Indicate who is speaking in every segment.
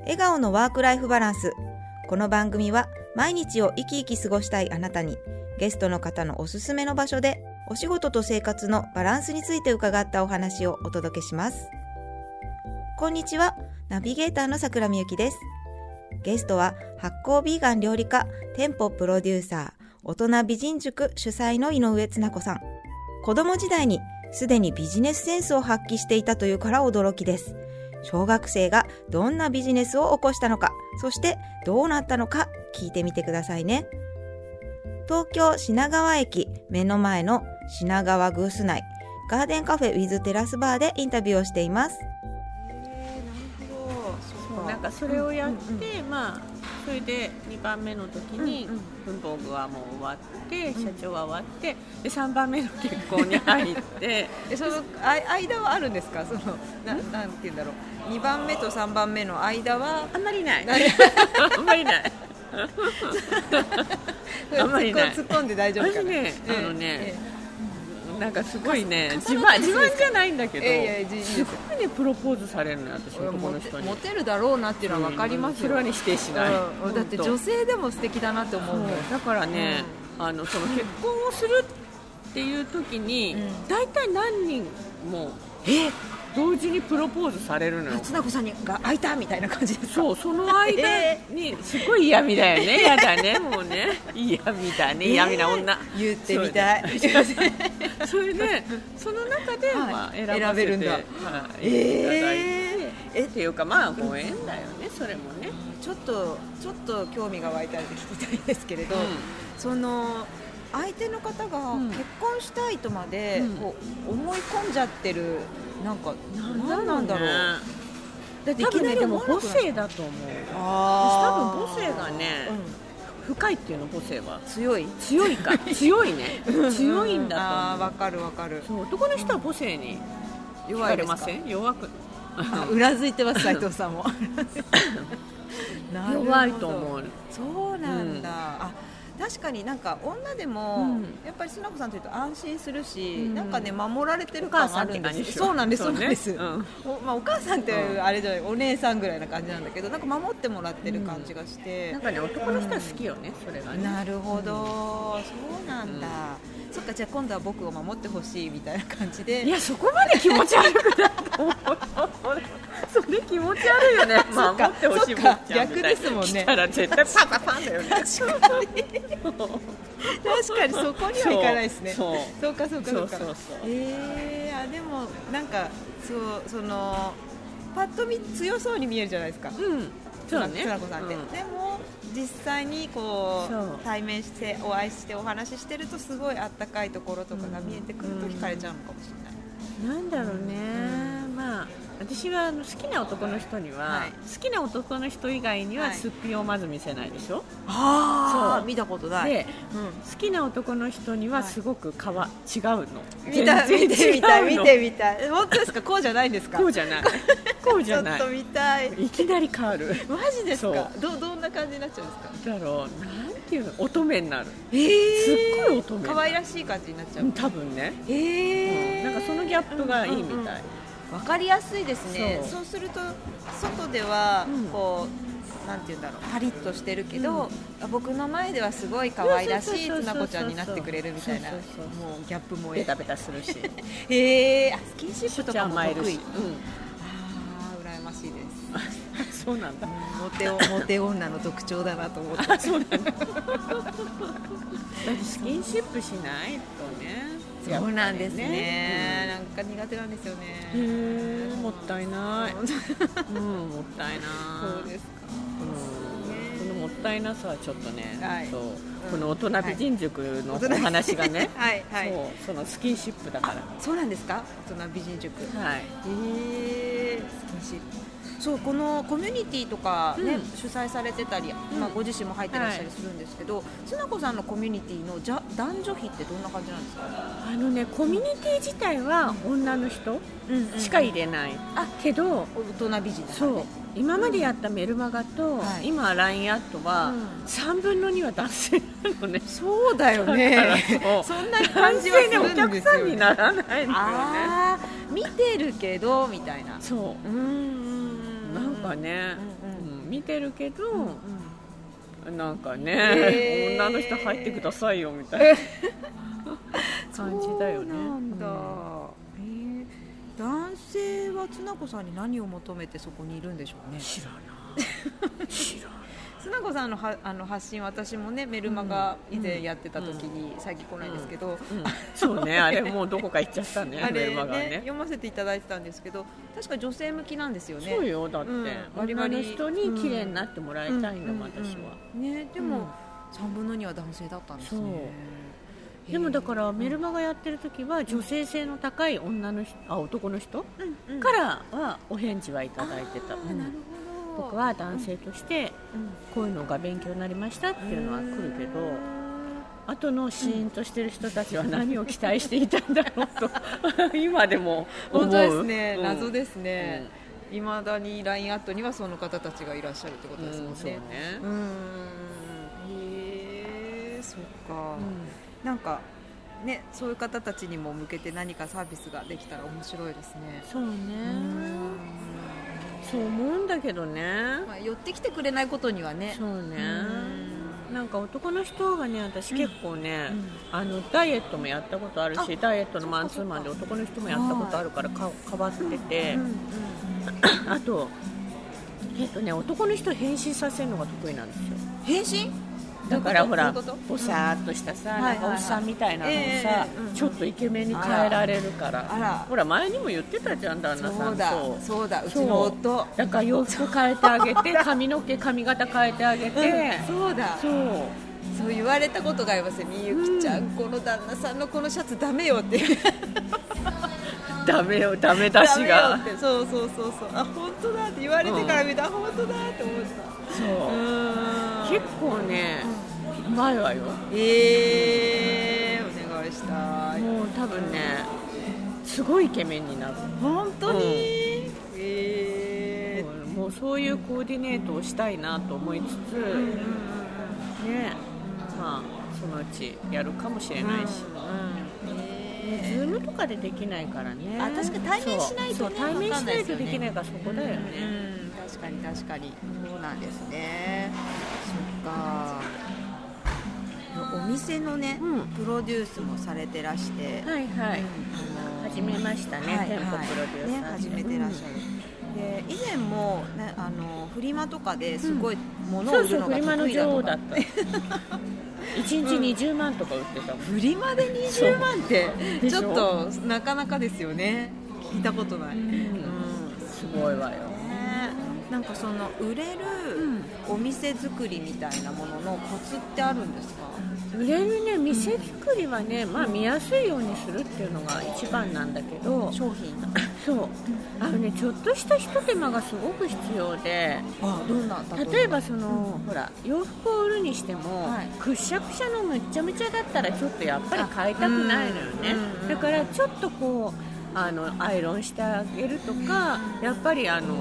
Speaker 1: 笑顔のワークライフバランスこの番組は毎日を生き生き過ごしたいあなたにゲストの方のおすすめの場所でお仕事と生活のバランスについて伺ったお話をお届けしますこんにちはナビゲーターの桜みゆきですゲストは発酵ビーガン料理家店舗プロデューサー大人美人塾主催の井上綱子さん子供時代にすでにビジネスセンスを発揮していたというから驚きです小学生がどんなビジネスを起こしたのかそしてどうなったのか聞いてみてくださいね東京品川駅目の前の品川グース内ガーデンカフェ with テラスバーでインタビューをしています
Speaker 2: そうなんかそれをやって、まあそれで2番目の時に文房具はもう終わって、社長は終わってで3番目の結婚に入って
Speaker 3: えそのあ間はあるんですかそのななんて言うんだろう2番目と3番目の間は
Speaker 2: あんまりないあんまりないあんまりない
Speaker 3: 突っ込んで大丈夫かな
Speaker 2: あのね
Speaker 3: ええ
Speaker 2: あのね
Speaker 3: え
Speaker 2: なんかすごいね自慢自慢じゃないんだけ
Speaker 3: え
Speaker 2: ど、
Speaker 3: ええいやいやじいいです
Speaker 2: す
Speaker 3: よ
Speaker 2: ごいねプロポーズされるのよ私
Speaker 3: 俺
Speaker 2: 男
Speaker 3: モ
Speaker 2: の
Speaker 3: テ
Speaker 2: 人に
Speaker 3: モテるだろうなっていうのは分かりますよ、
Speaker 2: それはね否定しない、
Speaker 3: うんだって女性でも素敵だなって思うもん
Speaker 2: だからね、あのその結婚をするっていう時に、
Speaker 3: うん
Speaker 2: 大体何人も
Speaker 3: え
Speaker 2: 同時にプロポーズされるのよ
Speaker 3: 初菜子さんにが開いたみたいな感じですか
Speaker 2: そうその間にすごい嫌味だよ ね嫌だねもうね嫌味だね嫌味な女、
Speaker 3: 言ってみたい
Speaker 2: それ でその中で、
Speaker 3: はい
Speaker 2: まあ、選ばせて
Speaker 3: 選べるんだ
Speaker 2: はい
Speaker 3: ええ
Speaker 2: いただいてえっていうかまあご縁だよねそれもね、
Speaker 3: ちょっとちょっと興味が湧いたんで聞きたいですけれど、
Speaker 2: うん
Speaker 3: その相手の方が
Speaker 2: うん
Speaker 3: 結婚したいとまで
Speaker 2: うん
Speaker 3: こう思い込んじゃってるなんか何なんだろう
Speaker 2: ね
Speaker 3: だってい
Speaker 2: 多
Speaker 3: き
Speaker 2: 分
Speaker 3: な
Speaker 2: ね
Speaker 3: り
Speaker 2: で
Speaker 3: 思
Speaker 2: も
Speaker 3: わな
Speaker 2: 母
Speaker 3: くなっちゃう
Speaker 2: 性だと思う
Speaker 3: あ
Speaker 2: 多分
Speaker 3: ー
Speaker 2: 母性がね、深いっていうの母性は
Speaker 3: うん、強い
Speaker 2: 強いか 強いね強いん
Speaker 3: うあ
Speaker 2: だ
Speaker 3: あわかるわかる
Speaker 2: と思うそう男の人は母性に惹
Speaker 3: 弱
Speaker 2: か
Speaker 3: い
Speaker 2: れ
Speaker 3: ですか
Speaker 2: ません弱く
Speaker 3: あうなずいてます斉藤さん もなるほど
Speaker 2: 弱いと思う
Speaker 3: そうなんだ、
Speaker 2: うん
Speaker 3: あ確かになんか女でも、
Speaker 2: うん
Speaker 3: やっぱりスナコさんというと安心するし、
Speaker 2: うん
Speaker 3: なんかね守られてる
Speaker 2: お母
Speaker 3: 感
Speaker 2: さ
Speaker 3: あ
Speaker 2: んっ
Speaker 3: る
Speaker 2: て
Speaker 3: んで
Speaker 2: 感じ
Speaker 3: す
Speaker 2: でしょ
Speaker 3: そうなんですそう,、
Speaker 2: ね
Speaker 3: なんです、
Speaker 2: うん
Speaker 3: おまあ、お母さんって
Speaker 2: うん
Speaker 3: あれじゃない、お姉さんぐらいな感じなんだけどなんか守ってもらってる感じがして
Speaker 2: なん、かね男の人は好きよねそれがね
Speaker 3: なるほど、そうなんだ、そっかじゃあ今度は僕を守ってほしいみたいな感じで
Speaker 2: いやそこまで気持ち悪くないと思うそれ気持ち悪 いよね
Speaker 3: そっか
Speaker 2: 守ってほしい
Speaker 3: そっか
Speaker 2: 坊ちゃんみた
Speaker 3: 逆で
Speaker 2: い
Speaker 3: すもんね
Speaker 2: 来たら絶対パンパンパンだ よね
Speaker 3: 確かに確かにそこにはいかないですね
Speaker 2: そう
Speaker 3: そうかそうかそうか
Speaker 2: そうそうそう
Speaker 3: えー、あでもなんかそうそのパッと見強そうに見えるじゃないですか
Speaker 2: うんそうね
Speaker 3: つなこさんって、
Speaker 2: うん
Speaker 3: でも実際にこ
Speaker 2: そう
Speaker 3: う対面してお会いしてお話ししてるとすごいあったかいところとかが見えてくると
Speaker 2: うん
Speaker 3: 惹かれちゃうのかもしれない、
Speaker 2: なんだろうね、まあ私はあの好きな男の人には、
Speaker 3: はい
Speaker 2: 好きな男の人以外に
Speaker 3: は
Speaker 2: はいすっぴんをまず見せないでしょ、
Speaker 3: あ
Speaker 2: そう
Speaker 3: 見たことない
Speaker 2: で
Speaker 3: う
Speaker 2: 好きな男の人にはすごくかわ、違うの
Speaker 3: ん、見た見
Speaker 2: 全
Speaker 3: て
Speaker 2: 然
Speaker 3: みた
Speaker 2: 違う
Speaker 3: い
Speaker 2: の
Speaker 3: 見てみたいえ本当ですかこうじゃないんですか
Speaker 2: こうじゃないこうじゃない
Speaker 3: ちょっと見たい
Speaker 2: いきなり変わる
Speaker 3: マジですか
Speaker 2: そ
Speaker 3: どどんな感じになっちゃうんですか
Speaker 2: だろうなんていうの乙女になる
Speaker 3: えー
Speaker 2: すっごい乙女
Speaker 3: 可愛らしい感じになっちゃ
Speaker 2: う
Speaker 3: うん
Speaker 2: 多分ね、
Speaker 3: え
Speaker 2: なんかそのギャップがいいみたい、
Speaker 3: わかりやすいですね
Speaker 2: そう
Speaker 3: そうすると外では
Speaker 2: うん
Speaker 3: こう、なんて言うんだろうパリッとしてるけど
Speaker 2: う、
Speaker 3: あ僕の前ではすごい可愛らしい
Speaker 2: そうそうそうそう
Speaker 3: つなこちゃんになってくれるみたいな
Speaker 2: そうそうそう
Speaker 3: もうギャップ萌
Speaker 2: ベ
Speaker 3: え
Speaker 2: タベタするし
Speaker 3: へえあスキンシップとかも
Speaker 2: 甘える
Speaker 3: 得
Speaker 2: し
Speaker 3: 意、ああ羨ましいです
Speaker 2: うん、 そうなんだ
Speaker 3: モテお モテ女の特徴だなと思って
Speaker 2: そうなの。だってスキンシップしないとね。
Speaker 3: そうなんですね
Speaker 2: やっ
Speaker 3: なんか苦手なんですよね
Speaker 2: ぱりね。へえもったいない。
Speaker 3: そうです
Speaker 2: うん、もったいない。うんこのもったいなさはちょっとね、
Speaker 3: はい
Speaker 2: そう、
Speaker 3: ん
Speaker 2: この大人美人塾の
Speaker 3: は
Speaker 2: お
Speaker 3: い大人、
Speaker 2: 話がね
Speaker 3: はいはい
Speaker 2: そうそのスキンシップだか
Speaker 3: そうなんですか大人美人塾
Speaker 2: ら、はい、
Speaker 3: えそうこのコミュニティとか、ね
Speaker 2: うん
Speaker 3: 主催されてたり、
Speaker 2: うん
Speaker 3: まあ、ご自身も入ってらっしゃ
Speaker 2: は
Speaker 3: り
Speaker 2: い
Speaker 3: するんですけど、つなこさんのコミュニティのじゃ男女比ってどんな感じなんですか、
Speaker 2: あのねコミュニティ自体は女の人しか入れない、
Speaker 3: あ
Speaker 2: けど
Speaker 3: 大人美人だから
Speaker 2: そう
Speaker 3: ね
Speaker 2: 今までやったメルマガと、
Speaker 3: はい
Speaker 2: 今 LINE アットは
Speaker 3: うん
Speaker 2: 3分の2は男性なのね
Speaker 3: そうだよ
Speaker 2: だからそ
Speaker 3: そんな
Speaker 2: う
Speaker 3: 感
Speaker 2: 男
Speaker 3: じは
Speaker 2: 性
Speaker 3: す
Speaker 2: ね
Speaker 3: るん
Speaker 2: お
Speaker 3: ですよ、ね、
Speaker 2: 客さんにならないのよね
Speaker 3: あー見てるけどみたいな
Speaker 2: そう
Speaker 3: ーん
Speaker 2: うなんかね、
Speaker 3: うんうん
Speaker 2: うん見てるけど、
Speaker 3: うん
Speaker 2: なんか
Speaker 3: へー
Speaker 2: ね、女の人入ってくださいよみたいな 感じだよね。
Speaker 3: そうなんだ、
Speaker 2: う
Speaker 3: へえ男性はつなこさんに何を求めてそこにいるんでしょうね
Speaker 2: 知らない。知らない。
Speaker 3: つなこさんのはあの発信私もねメルマガ以前やってた時に、最近来ないんですけど、
Speaker 2: うんそうね、あれもうどこか行っちゃったね、
Speaker 3: あ
Speaker 2: メ
Speaker 3: れ
Speaker 2: ル
Speaker 3: ね
Speaker 2: マガね。
Speaker 3: 読ませていただいてたんですけど確か女性向きなんですよね
Speaker 2: そうよ、だって、
Speaker 3: うんバリバ
Speaker 2: 女
Speaker 3: リ
Speaker 2: の人に綺麗になってもらいたいんだもん、
Speaker 3: うんうんうん
Speaker 2: 私は。
Speaker 3: ねで
Speaker 2: うん
Speaker 3: も、三分の二は男性だったんですね
Speaker 2: そう
Speaker 3: へえ
Speaker 2: でもだからメルマガやってる時は女性性の高い女の人あ男の人
Speaker 3: うんうん
Speaker 2: からはお返事はいただいてた、
Speaker 3: あ
Speaker 2: う
Speaker 3: ー
Speaker 2: ん
Speaker 3: なるほど
Speaker 2: 僕は男性として
Speaker 3: うん
Speaker 2: こういうのが勉強になりましたっていうのは来るけど後のシーンとしてる人たちは何を期待していたんだろう と今でも思
Speaker 3: 本
Speaker 2: う
Speaker 3: 当ですね、
Speaker 2: うん
Speaker 3: 謎ですね、いまだに LINE アットにはその方たちがいらっしゃるってこ
Speaker 2: う
Speaker 3: と
Speaker 2: ん
Speaker 3: ですもん
Speaker 2: そうね
Speaker 3: ね、うんへえそっか、
Speaker 2: う
Speaker 3: なんかねそういう方たちにも向けて何かサービスができたら面白いですね
Speaker 2: んそうね
Speaker 3: うん
Speaker 2: そう思うんだけどね
Speaker 3: まあ、寄ってきてくれないことにはね
Speaker 2: そうね
Speaker 3: うん
Speaker 2: なんか男の人がね私結構ね、
Speaker 3: うん
Speaker 2: あのダイエットもやったことあるし
Speaker 3: あ
Speaker 2: ダイエットのマンツーマンで
Speaker 3: そっ
Speaker 2: 男の人もやったことあるからか変わってて、
Speaker 3: うんうん
Speaker 2: あと、えっとね、男の人変身させるのが得意なんですよ
Speaker 3: 変身
Speaker 2: だから
Speaker 3: どういうこと
Speaker 2: ほら
Speaker 3: どういうこと
Speaker 2: ぼさーっとしたさ、
Speaker 3: うん
Speaker 2: なんかおっさんみたいなのをさ、
Speaker 3: はいはいはいええええうん
Speaker 2: ちょっとイケメンに変えられるから
Speaker 3: あら
Speaker 2: ほら前にも言ってたじゃん旦那さ
Speaker 3: そうんだ
Speaker 2: と
Speaker 3: そうだう
Speaker 2: そう
Speaker 3: ちの夫
Speaker 2: だから洋服変えてあげて髪の毛髪型変えてあげて、
Speaker 3: そうだ
Speaker 2: そう
Speaker 3: そう言われたことがありますよみゆきちゃん、この旦那さんのこのシャツダメよって
Speaker 2: ダメよダメ出し
Speaker 3: ダ
Speaker 2: が
Speaker 3: メよってそうそうそうそうあ本当だって言われてから見た、あ本当だって思っ
Speaker 2: そう
Speaker 3: たうん
Speaker 2: 結構ねうまいわよ
Speaker 3: ええー、お願いしたい
Speaker 2: もう多分ねすごいイケメンになる
Speaker 3: 本当に、
Speaker 2: うん
Speaker 3: ええ
Speaker 2: もうそういうコーディネートをしたいなと思いつつ、ねまあそのうちやるかもしれないし、
Speaker 3: うんえ
Speaker 2: ズームとかでできないからね
Speaker 3: あ確かに対面しないとね
Speaker 2: そうそう対面しな
Speaker 3: わか
Speaker 2: いと
Speaker 3: んないですよね
Speaker 2: できないからそこだよね、
Speaker 3: うん確かに確かにそうなんですねそっかお店のね、
Speaker 2: うん
Speaker 3: プロデュースもされてらして、
Speaker 2: はいはい、
Speaker 3: あの
Speaker 2: 始めましたね、
Speaker 3: はい
Speaker 2: 店舗プロデューサーで、
Speaker 3: はいね、始めてらっしゃる、で以前も、ね、あのフリマとかですごい
Speaker 2: うん
Speaker 3: 物を
Speaker 2: そう
Speaker 3: 売
Speaker 2: そ
Speaker 3: る
Speaker 2: う
Speaker 3: の
Speaker 2: フ
Speaker 3: が
Speaker 2: リマの
Speaker 3: 得意だ
Speaker 2: 女
Speaker 3: と
Speaker 2: 王だ
Speaker 3: か
Speaker 2: った一日20万とか売ってたもん
Speaker 3: フリマで20万って
Speaker 2: でし
Speaker 3: ち
Speaker 2: ょ
Speaker 3: ょっとなかなかですよね聞いたことない、
Speaker 2: うんすごいわよ
Speaker 3: ねなんかその売れるお店作りみたいなもののコツってあるんですか、
Speaker 2: 売れるね店作りはね、まあ、見やすいようにするっていうのが一番なんだけど、
Speaker 3: 商品
Speaker 2: そうあのねちょっとしたひと手間がすごく必要で
Speaker 3: あどんな
Speaker 2: 例えばその、ほら洋服を売るにしても、
Speaker 3: はい
Speaker 2: くっしゃくしゃのむっちゃむちゃだったらちょっとやっぱり買いたくないのよね、
Speaker 3: うんうん
Speaker 2: だからちょっとこうあのアイロンしてあげるとかやっぱりあの、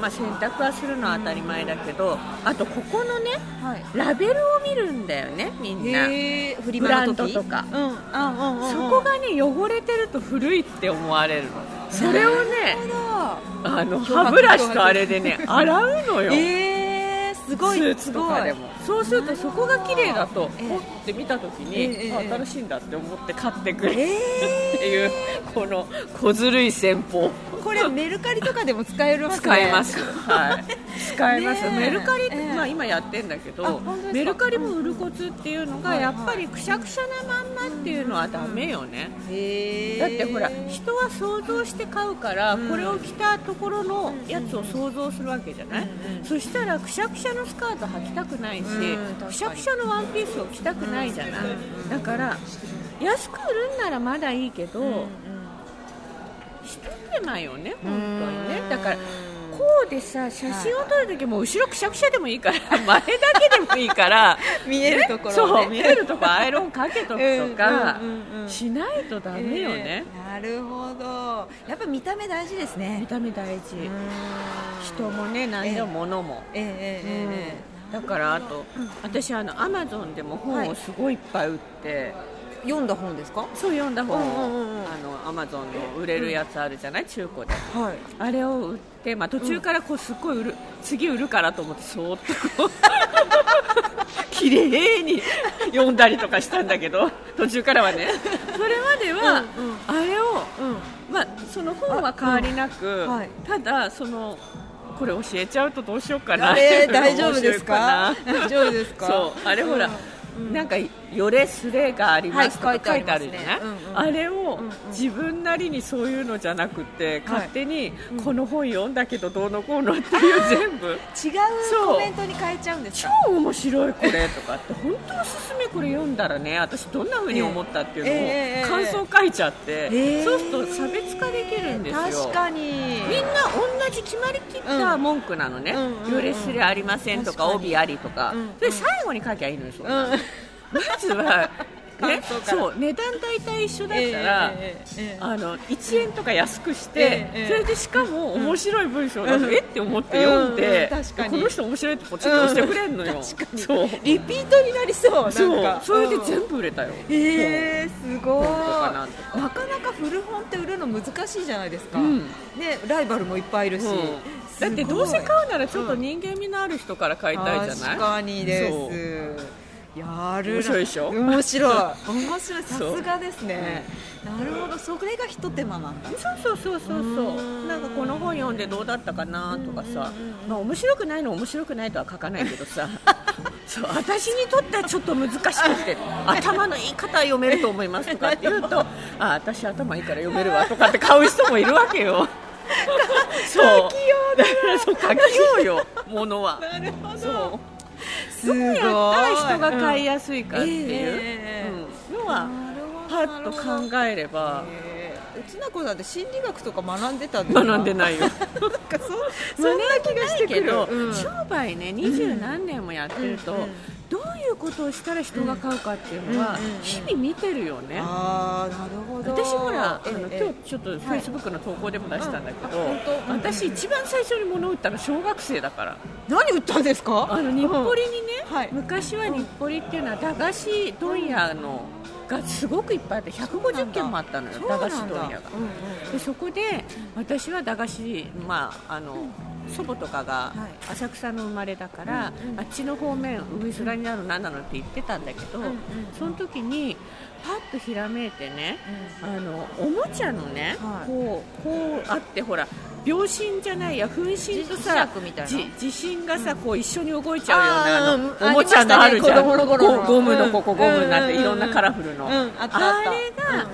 Speaker 2: まあ、洗濯はするのは当たり前だけどあとここのね
Speaker 3: はい
Speaker 2: ラベルを見るんだよねみんな。
Speaker 3: へえフリ
Speaker 2: ブ
Speaker 3: マ
Speaker 2: ラ
Speaker 3: の
Speaker 2: ン
Speaker 3: 時
Speaker 2: ドとか、
Speaker 3: うんあうんうんうん
Speaker 2: そこがね汚れてると古いって思われるのそれをね
Speaker 3: なるほ
Speaker 2: あ
Speaker 3: 漂
Speaker 2: の
Speaker 3: 白
Speaker 2: 歯ブラシとあれ でね洗うの
Speaker 3: ど
Speaker 2: よ、
Speaker 3: えー、すごい
Speaker 2: スーツとかでもそうするとそこが綺麗だと
Speaker 3: ええ
Speaker 2: ポッて見た時
Speaker 3: え
Speaker 2: に、
Speaker 3: え
Speaker 2: あ
Speaker 3: ええ
Speaker 2: 新しいんだって思って買ってくる
Speaker 3: す
Speaker 2: っ
Speaker 3: ごいえ
Speaker 2: ていう、この小ずるい戦法
Speaker 3: ー、これメルカリとかでも使えるわけ
Speaker 2: 使えます、 はい、使えます、
Speaker 3: ねえ
Speaker 2: メルカリって、
Speaker 3: ええ
Speaker 2: まあ、今やってんだけ
Speaker 3: あ
Speaker 2: ど
Speaker 3: 本当ですか
Speaker 2: メルカリも売るコツっていうのが
Speaker 3: うん
Speaker 2: やっぱりくしゃくしゃなまんまっていうのはダメよね、
Speaker 3: へえ
Speaker 2: だってほら人は想像して買うから、
Speaker 3: うん
Speaker 2: これを着たところのやつを想像するわけじゃない、
Speaker 3: うんうん
Speaker 2: そしたらくしゃくしゃのスカート履きたくないし、
Speaker 3: うん確かに
Speaker 2: くしゃくしゃのワンピースを着たくないじゃない、
Speaker 3: うん
Speaker 2: だから安く売るんならまだいいけど、
Speaker 3: うん
Speaker 2: 一手間よね
Speaker 3: うん
Speaker 2: 本当にねだから
Speaker 3: うん
Speaker 2: こうでさ写真を撮るときも後ろくしゃくしゃでもいいから 前だけでもいいから
Speaker 3: 見えるところを
Speaker 2: そう
Speaker 3: ね
Speaker 2: 見えるとこアイロンかけとくと
Speaker 3: う
Speaker 2: か
Speaker 3: んうんうんうん
Speaker 2: しないとダメよね、
Speaker 3: えーなるほどやっぱ見た目大事ですね
Speaker 2: 見た目大事、
Speaker 3: うーん
Speaker 2: 人もね何でも物も、
Speaker 3: えーえーえ
Speaker 2: だからあと、私あのアマゾンでも本をすごいいっぱい売って、
Speaker 3: ーえ読んだ本ですか
Speaker 2: そう読んだ本
Speaker 3: うんうんうんう
Speaker 2: を
Speaker 3: ん
Speaker 2: あのアマゾンの売れるやつあるじゃない中古で
Speaker 3: はい
Speaker 2: あれを売って、まあ、途中からこうすっごい売る、次売るからと思ってそーっとこう 綺麗に読んだりとかしたんだけど途中からはねそれまでは、
Speaker 3: うんうん
Speaker 2: あれを、
Speaker 3: うん
Speaker 2: まあ、その本は変わりなく、
Speaker 3: うんはい
Speaker 2: ただそのこれ教えちゃうとどうしようかな
Speaker 3: あれ大丈夫ですか
Speaker 2: どうしよう
Speaker 3: 大丈夫ですか
Speaker 2: そうあれほら、なんかよれすれがありますとか
Speaker 3: は
Speaker 2: 書
Speaker 3: い書
Speaker 2: い
Speaker 3: い
Speaker 2: て
Speaker 3: てあ
Speaker 2: ある
Speaker 3: り
Speaker 2: じ
Speaker 3: ますね
Speaker 2: ゃない、
Speaker 3: うんうん
Speaker 2: あれを
Speaker 3: んうん
Speaker 2: 自分なりにそういうのじゃなくて、勝手にこの本読んだけどどうのこうのっていう全部
Speaker 3: 違う
Speaker 2: そう
Speaker 3: コメントに変えちゃうんです
Speaker 2: 超
Speaker 3: か
Speaker 2: 面白いこれとかって本当おすすめこれ読んだらね私どんな風に思ったっていうのを
Speaker 3: ええええええ
Speaker 2: 感想書いちゃって、
Speaker 3: ええ
Speaker 2: そうすると差別化できるんですよ
Speaker 3: 確かに
Speaker 2: みんな同じ決まりきった文句なのね、
Speaker 3: うんうんうん
Speaker 2: よれすれありませんとか
Speaker 3: 確かに
Speaker 2: 帯ありとか、
Speaker 3: うんうん
Speaker 2: で最後に書きゃいいのよそん
Speaker 3: う
Speaker 2: なの
Speaker 3: ん
Speaker 2: まずは、ね
Speaker 3: 感想、から
Speaker 2: そう値段大体一緒だったら、
Speaker 3: ええええええ
Speaker 2: あの1円とか安くして、
Speaker 3: ええええ
Speaker 2: それでしかも面白い文章だと、
Speaker 3: うん
Speaker 2: えって思って読んで、
Speaker 3: うんうん確かに
Speaker 2: この人面白いってポチッと押してくれんのよ、
Speaker 3: 確かに
Speaker 2: そう
Speaker 3: リピートになりそうなんか
Speaker 2: そうそれで
Speaker 3: うん
Speaker 2: 全部売れたよ、
Speaker 3: えー、すごい
Speaker 2: 本とかなんとか
Speaker 3: なかなか古本って売るの難しいじゃないですか、
Speaker 2: うん
Speaker 3: ね、ライバルもいっぱいいるし、
Speaker 2: うん
Speaker 3: す
Speaker 2: だ
Speaker 3: ご
Speaker 2: っ
Speaker 3: い
Speaker 2: てどうせ買うならちょっと人間味のある人から買いたいじゃな
Speaker 3: 確
Speaker 2: い、
Speaker 3: かに
Speaker 2: そう
Speaker 3: ですやるな
Speaker 2: 面白いでしょ
Speaker 3: 面 白い面白いさ
Speaker 2: そう
Speaker 3: すがですね、なるほどそれがひと手間なんだ
Speaker 2: そうそうそうそう
Speaker 3: う
Speaker 2: そ
Speaker 3: ー
Speaker 2: うんなんかこの本読んでどうだったかなとかさ
Speaker 3: うんうんうんう、ん
Speaker 2: まあ、面白くないの面白くないとは書かないけどさ そう私にとってはちょっと難しくて頭のいい方は読めると思いますとかって言うとあ私頭いいから読めるわとかって買う人もいるわけよそう書きようだそう書きようよものは
Speaker 3: なるほど
Speaker 2: そう
Speaker 3: すごい
Speaker 2: やったら人が買いやすいかっていう、
Speaker 3: うんええ
Speaker 2: うんのは
Speaker 3: なるほど
Speaker 2: パッと考えれば
Speaker 3: えーうつなこさんって心理学とか学んでたんですか
Speaker 2: 学んで
Speaker 3: い
Speaker 2: ないよ。
Speaker 3: なんかそそんな気がしてく
Speaker 2: け
Speaker 3: る
Speaker 2: ど、
Speaker 3: うん
Speaker 2: 商売ね二十何年もやってると、
Speaker 3: うんうん
Speaker 2: どういうことをしたら人が買うかっていうのは、
Speaker 3: うんうんうん
Speaker 2: 日々見てるよね、
Speaker 3: あーなるほど
Speaker 2: 私ほら、あの
Speaker 3: ええ
Speaker 2: 今日ちょっとフェイスブックの投稿でも出したんだけど、
Speaker 3: うんあ本当うんうん
Speaker 2: 私一番最初に物を売ったの小学生だから
Speaker 3: 何売ったんですか
Speaker 2: あの日暮里にね、
Speaker 3: うんはい
Speaker 2: 昔は日暮里っていうのは駄菓子問屋のがすごくいっぱいあって150軒もあったのよ
Speaker 3: そうな
Speaker 2: 駄
Speaker 3: ん
Speaker 2: 菓
Speaker 3: だ
Speaker 2: 子問屋
Speaker 3: う
Speaker 2: が。
Speaker 3: んうん
Speaker 2: でそこで私は駄菓子、まあ、あの祖母とかが
Speaker 3: はい
Speaker 2: 浅草の生まれだから、
Speaker 3: うんうん
Speaker 2: あっちの方面海空になるなんなのって言ってたんだけど、
Speaker 3: んうん
Speaker 2: その時にパッとひらめいてねあのおもちゃのね、
Speaker 3: はい
Speaker 2: こうこうあってほら秒針じゃないや分針とさ
Speaker 3: 磁石みたいな
Speaker 2: じ地震がさ、こう一緒に動いちゃうようなあの
Speaker 3: あーうん
Speaker 2: おもちゃのあ
Speaker 3: あ
Speaker 2: る
Speaker 3: りま
Speaker 2: じ
Speaker 3: し
Speaker 2: ゃ
Speaker 3: たね子供
Speaker 2: ん、
Speaker 3: の
Speaker 2: ゴ
Speaker 3: 頃の
Speaker 2: ゴムのここ
Speaker 3: うん
Speaker 2: ゴムになって、
Speaker 3: うん
Speaker 2: いろんなカラフルの、
Speaker 3: うんあったあった
Speaker 2: あれが、
Speaker 3: うんうん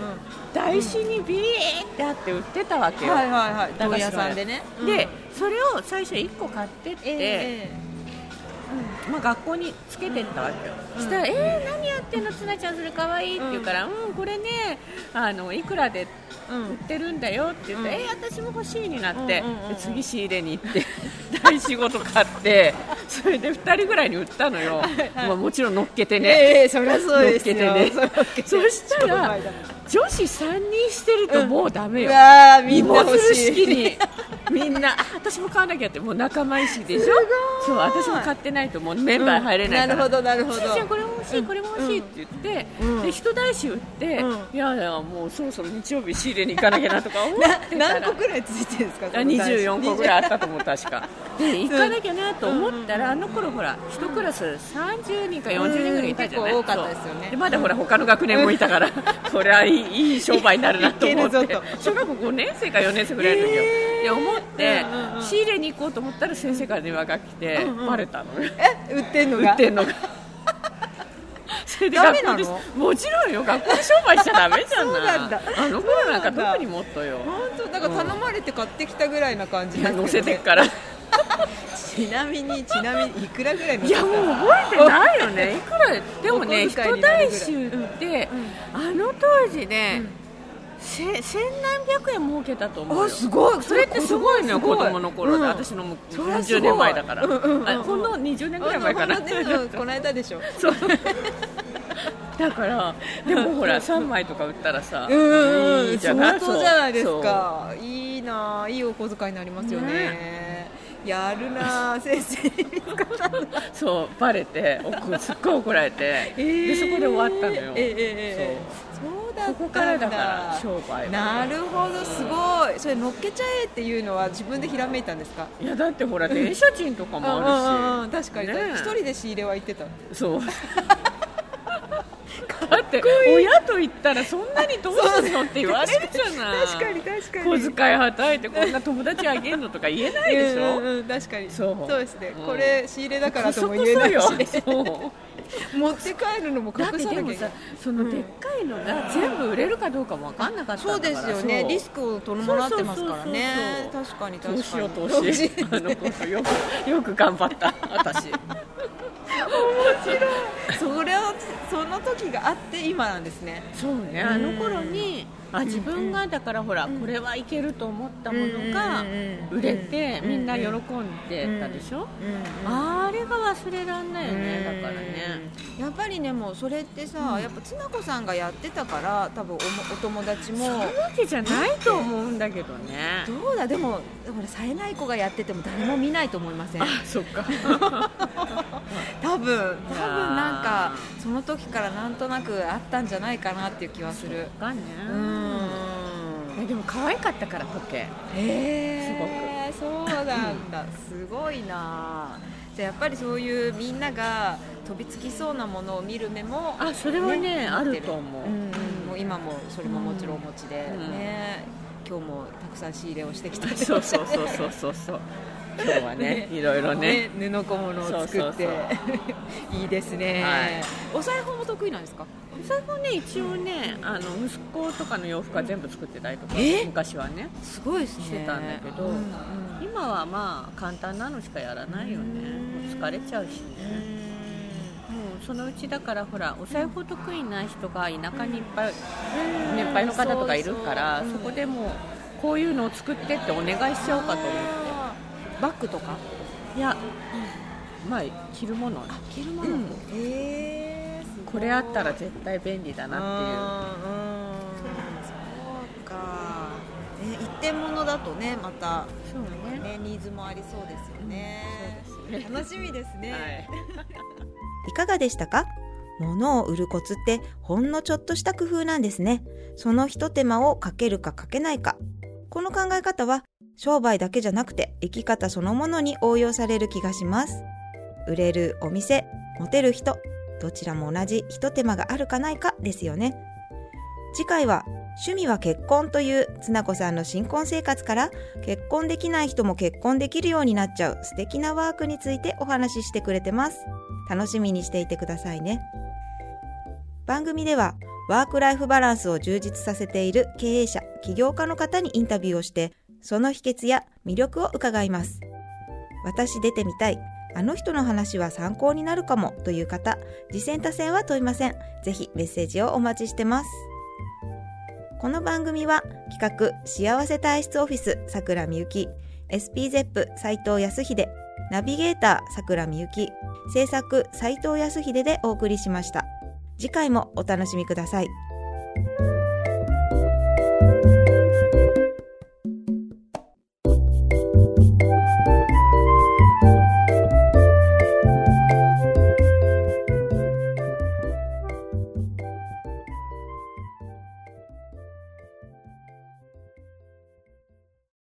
Speaker 2: 台紙にビーってあって売ってたわけよ、
Speaker 3: はいはいはい
Speaker 2: 駄菓子の
Speaker 3: 問屋さんでね
Speaker 2: でそれを最初1個買ってって、まあ、学校につけてったわけよ、
Speaker 3: うん
Speaker 2: そしたら「えー、何やってんのツナちゃんそれかわいい」って言うから「うん、これねあのいくらで
Speaker 3: うんうん
Speaker 2: 売ってるんだよ」って言って「
Speaker 3: うん
Speaker 2: えー、私も欲しい」になって、
Speaker 3: うんうんうんうん
Speaker 2: で次仕入れに行って 大仕事 買ってそれで2人ぐらいに売ったのよ、まあ、もちろん乗っけてね、
Speaker 3: ええそりゃそうですよ
Speaker 2: 乗っけてねそした
Speaker 3: 商
Speaker 2: ら
Speaker 3: 売だ
Speaker 2: 女子3人してるともうダメよ、
Speaker 3: わあみ
Speaker 2: みん
Speaker 3: んな
Speaker 2: なす
Speaker 3: 欲
Speaker 2: る
Speaker 3: し
Speaker 2: 式
Speaker 3: い
Speaker 2: にみんなあ私も買わなきゃってもう仲間意識でしょそう私も買ってないともうメンバー入れないから、
Speaker 3: うんなるほどなるほ
Speaker 2: し
Speaker 3: ど
Speaker 2: ーちゃんこれも欲しいこれも欲しいって言って、
Speaker 3: うん
Speaker 2: で人大使売って、
Speaker 3: うん
Speaker 2: いやいやもうそろそろ日曜日仕入れに行かなきゃなとか思ってたら
Speaker 3: 何個くらいついてるんですか
Speaker 2: あ24個ぐらいあったと思う確かで行かなきゃなと思ったら、あの頃ほら一クラス30人か40人ぐらいいたじゃない、
Speaker 3: うん結構多かったですよね
Speaker 2: そうまだほら他の学年もいたから、 これはいいいい商売になるなと思っ
Speaker 3: いけ
Speaker 2: て
Speaker 3: るぞ
Speaker 2: 小学校5年生か4年生ぐらいの時よ、で思って、
Speaker 3: うんうんうん
Speaker 2: 仕入れに行こうと思ったら先生から電話が来て、
Speaker 3: うんうん
Speaker 2: バレたのよ
Speaker 3: え売ってんの
Speaker 2: 売
Speaker 3: が
Speaker 2: ってんの が。それで学校で
Speaker 3: ダメなの
Speaker 2: もちろんよ学校で商売しちゃダメじゃ
Speaker 3: そうなんだ
Speaker 2: あの頃なんか
Speaker 3: そうなんだ
Speaker 2: 特にもっとよ
Speaker 3: 本当だから頼まれて買ってきたぐらいな感じですけどね
Speaker 2: 乗せてっから
Speaker 3: ちなみにちなみにいくらぐらいの
Speaker 2: いやもう覚えてないよ ねいくらでもね
Speaker 3: お小遣い
Speaker 2: 人
Speaker 3: になる
Speaker 2: 大
Speaker 3: ぐらい
Speaker 2: 衆って、あの当時ね、せ千何百円儲けたと思うよ
Speaker 3: あすごい
Speaker 2: それってすごいのよ子供の頃で、
Speaker 3: うん
Speaker 2: 私のもう
Speaker 3: そりゃすご
Speaker 2: 20
Speaker 3: い
Speaker 2: 年前だから、
Speaker 3: うんうんうんうん
Speaker 2: あこの20年ぐらい前かな
Speaker 3: あのほんとねうんこの間でしょ
Speaker 2: そうだからでもほら3枚とか売ったらさ
Speaker 3: うんうんう
Speaker 2: いい
Speaker 3: ん相
Speaker 2: そう
Speaker 3: 当じゃないですかいいなあいいお小遣いになりますよねやるなあ 先生に見つかったんだ
Speaker 2: そうバレておこすっごい怒られ て、でそこで終わったのよ、
Speaker 3: ええええそうだったんだ
Speaker 2: そこからだから商売は
Speaker 3: なるほどすごいそれ乗っけちゃえっていうのは自分でひらめいたんですか
Speaker 2: いやだってほら電車賃とかも
Speaker 3: うんうん
Speaker 2: あ
Speaker 3: う
Speaker 2: る
Speaker 3: ん
Speaker 2: し
Speaker 3: 確かに
Speaker 2: ねえ
Speaker 3: 一人で仕入れは行ってた
Speaker 2: そう だって親と言ったらそんなにどうすんのって言われるじゃない
Speaker 3: 確かに確かに
Speaker 2: 小遣いはたいてこんな友達あげんのとか言えないでしょ、
Speaker 3: うんうんうん確かに
Speaker 2: そう
Speaker 3: ですね、
Speaker 2: うん
Speaker 3: これ仕入れだ
Speaker 2: だ
Speaker 3: からとも言えないし、ね、
Speaker 2: そう
Speaker 3: 持って帰るのも
Speaker 2: だっ
Speaker 3: 隠
Speaker 2: て
Speaker 3: さなきゃ
Speaker 2: で
Speaker 3: い
Speaker 2: も
Speaker 3: けな
Speaker 2: さ
Speaker 3: い
Speaker 2: そのでっかいのが全部売れるかどうかも分かんなかった
Speaker 3: そうん
Speaker 2: だ
Speaker 3: で
Speaker 2: から
Speaker 3: すよね
Speaker 2: そう
Speaker 3: リスクを取りもらってますからね
Speaker 2: そう
Speaker 3: 確かに確
Speaker 2: 投資
Speaker 3: か
Speaker 2: よ
Speaker 3: に
Speaker 2: 投資
Speaker 3: 投資
Speaker 2: あの子よくよく頑張った私
Speaker 3: それをその時があって今なんですね
Speaker 2: そうねあの頃にあ自分がだからほらこれはいけると思ったものが
Speaker 3: うんうんうん
Speaker 2: 売れて
Speaker 3: うん
Speaker 2: みんな喜んでたでしょ
Speaker 3: うんうん
Speaker 2: あれが忘れらんないよねだからね
Speaker 3: うんやっぱりねもうそれってさ、やっぱつなこさんがやってたから多分おもお友達も
Speaker 2: そういうわけじゃないと思うんだけどね
Speaker 3: どうだでもほら冴えない子がやってても誰も見ないと思いません
Speaker 2: あそっか
Speaker 3: 多分多分
Speaker 2: いやー
Speaker 3: なんかその時からなんとなくあったんじゃないかなっていう気はする
Speaker 2: かね
Speaker 3: うーん
Speaker 2: えでも可愛かったから時計
Speaker 3: へえそうなんだすごいなじゃあやっぱりそういうみんなが飛びつきそうなものを見る目も
Speaker 2: あそれはねあると思う、
Speaker 3: んんもう今もそれももちろんお持ちで、
Speaker 2: うん
Speaker 3: ね今日もたくさん仕入れをしてきた
Speaker 2: そうそうそうそうそうそう今日はねいろいろね
Speaker 3: 布小物を作って
Speaker 2: そうそ う
Speaker 3: いいですね、
Speaker 2: はい
Speaker 3: お裁縫も得意なんですか
Speaker 2: お財布ね一応ねあの息子とかの洋服は全部作ってたりとか
Speaker 3: え
Speaker 2: 昔はね
Speaker 3: すごいですね
Speaker 2: してたんだけど
Speaker 3: うんうん
Speaker 2: 今はまあ簡単なのしかやらないよねもう疲れちゃうしねもうそのうちだからほらお裁縫得意な人が田舎にいっぱい年配の方とかいるからそこでもうこういうのを作ってってお願いしちゃおうかと思っ
Speaker 3: あーバッグとか
Speaker 2: ていやまあ着るもの
Speaker 3: 着るもの、
Speaker 2: うん
Speaker 3: えーすごい
Speaker 2: これあったら絶対便利だなっ
Speaker 3: あーうんそうか、ね、一点物だとねまた
Speaker 2: ていうそうね
Speaker 3: ね、ニーズもありそうですよね。
Speaker 2: そうですね
Speaker 3: 楽しみですね。
Speaker 2: はい
Speaker 1: いかがでしたか物を売るコツってほんのちょっとした工夫なんですね。その一手間をかけるかかけないか。この考え方は商売だけじゃなくて生き方そのものに応用される気がします。売れるお店、モテる人、どちらも同じ一手間があるかないかですよね。次回は趣味は結婚というつなこさんの新婚生活から結婚できない人も結婚できるようになっちゃう素敵なワークについてお話ししてくれてます。楽しみにしていてくださいね番組ではワークライフバランスを充実させている経営者起業家の方にインタビューをしてその秘訣や魅力を伺います私出てみたいあの人の話は参考になるかもという方実践多選は問いませんぜひメッセージをお待ちしてますこの番組は企画幸せ体質オフィスさくらみゆき SPZEP 斉藤康秀ナビゲーターさくらみゆき制作斉藤康秀でお送りしました次回もお楽しみください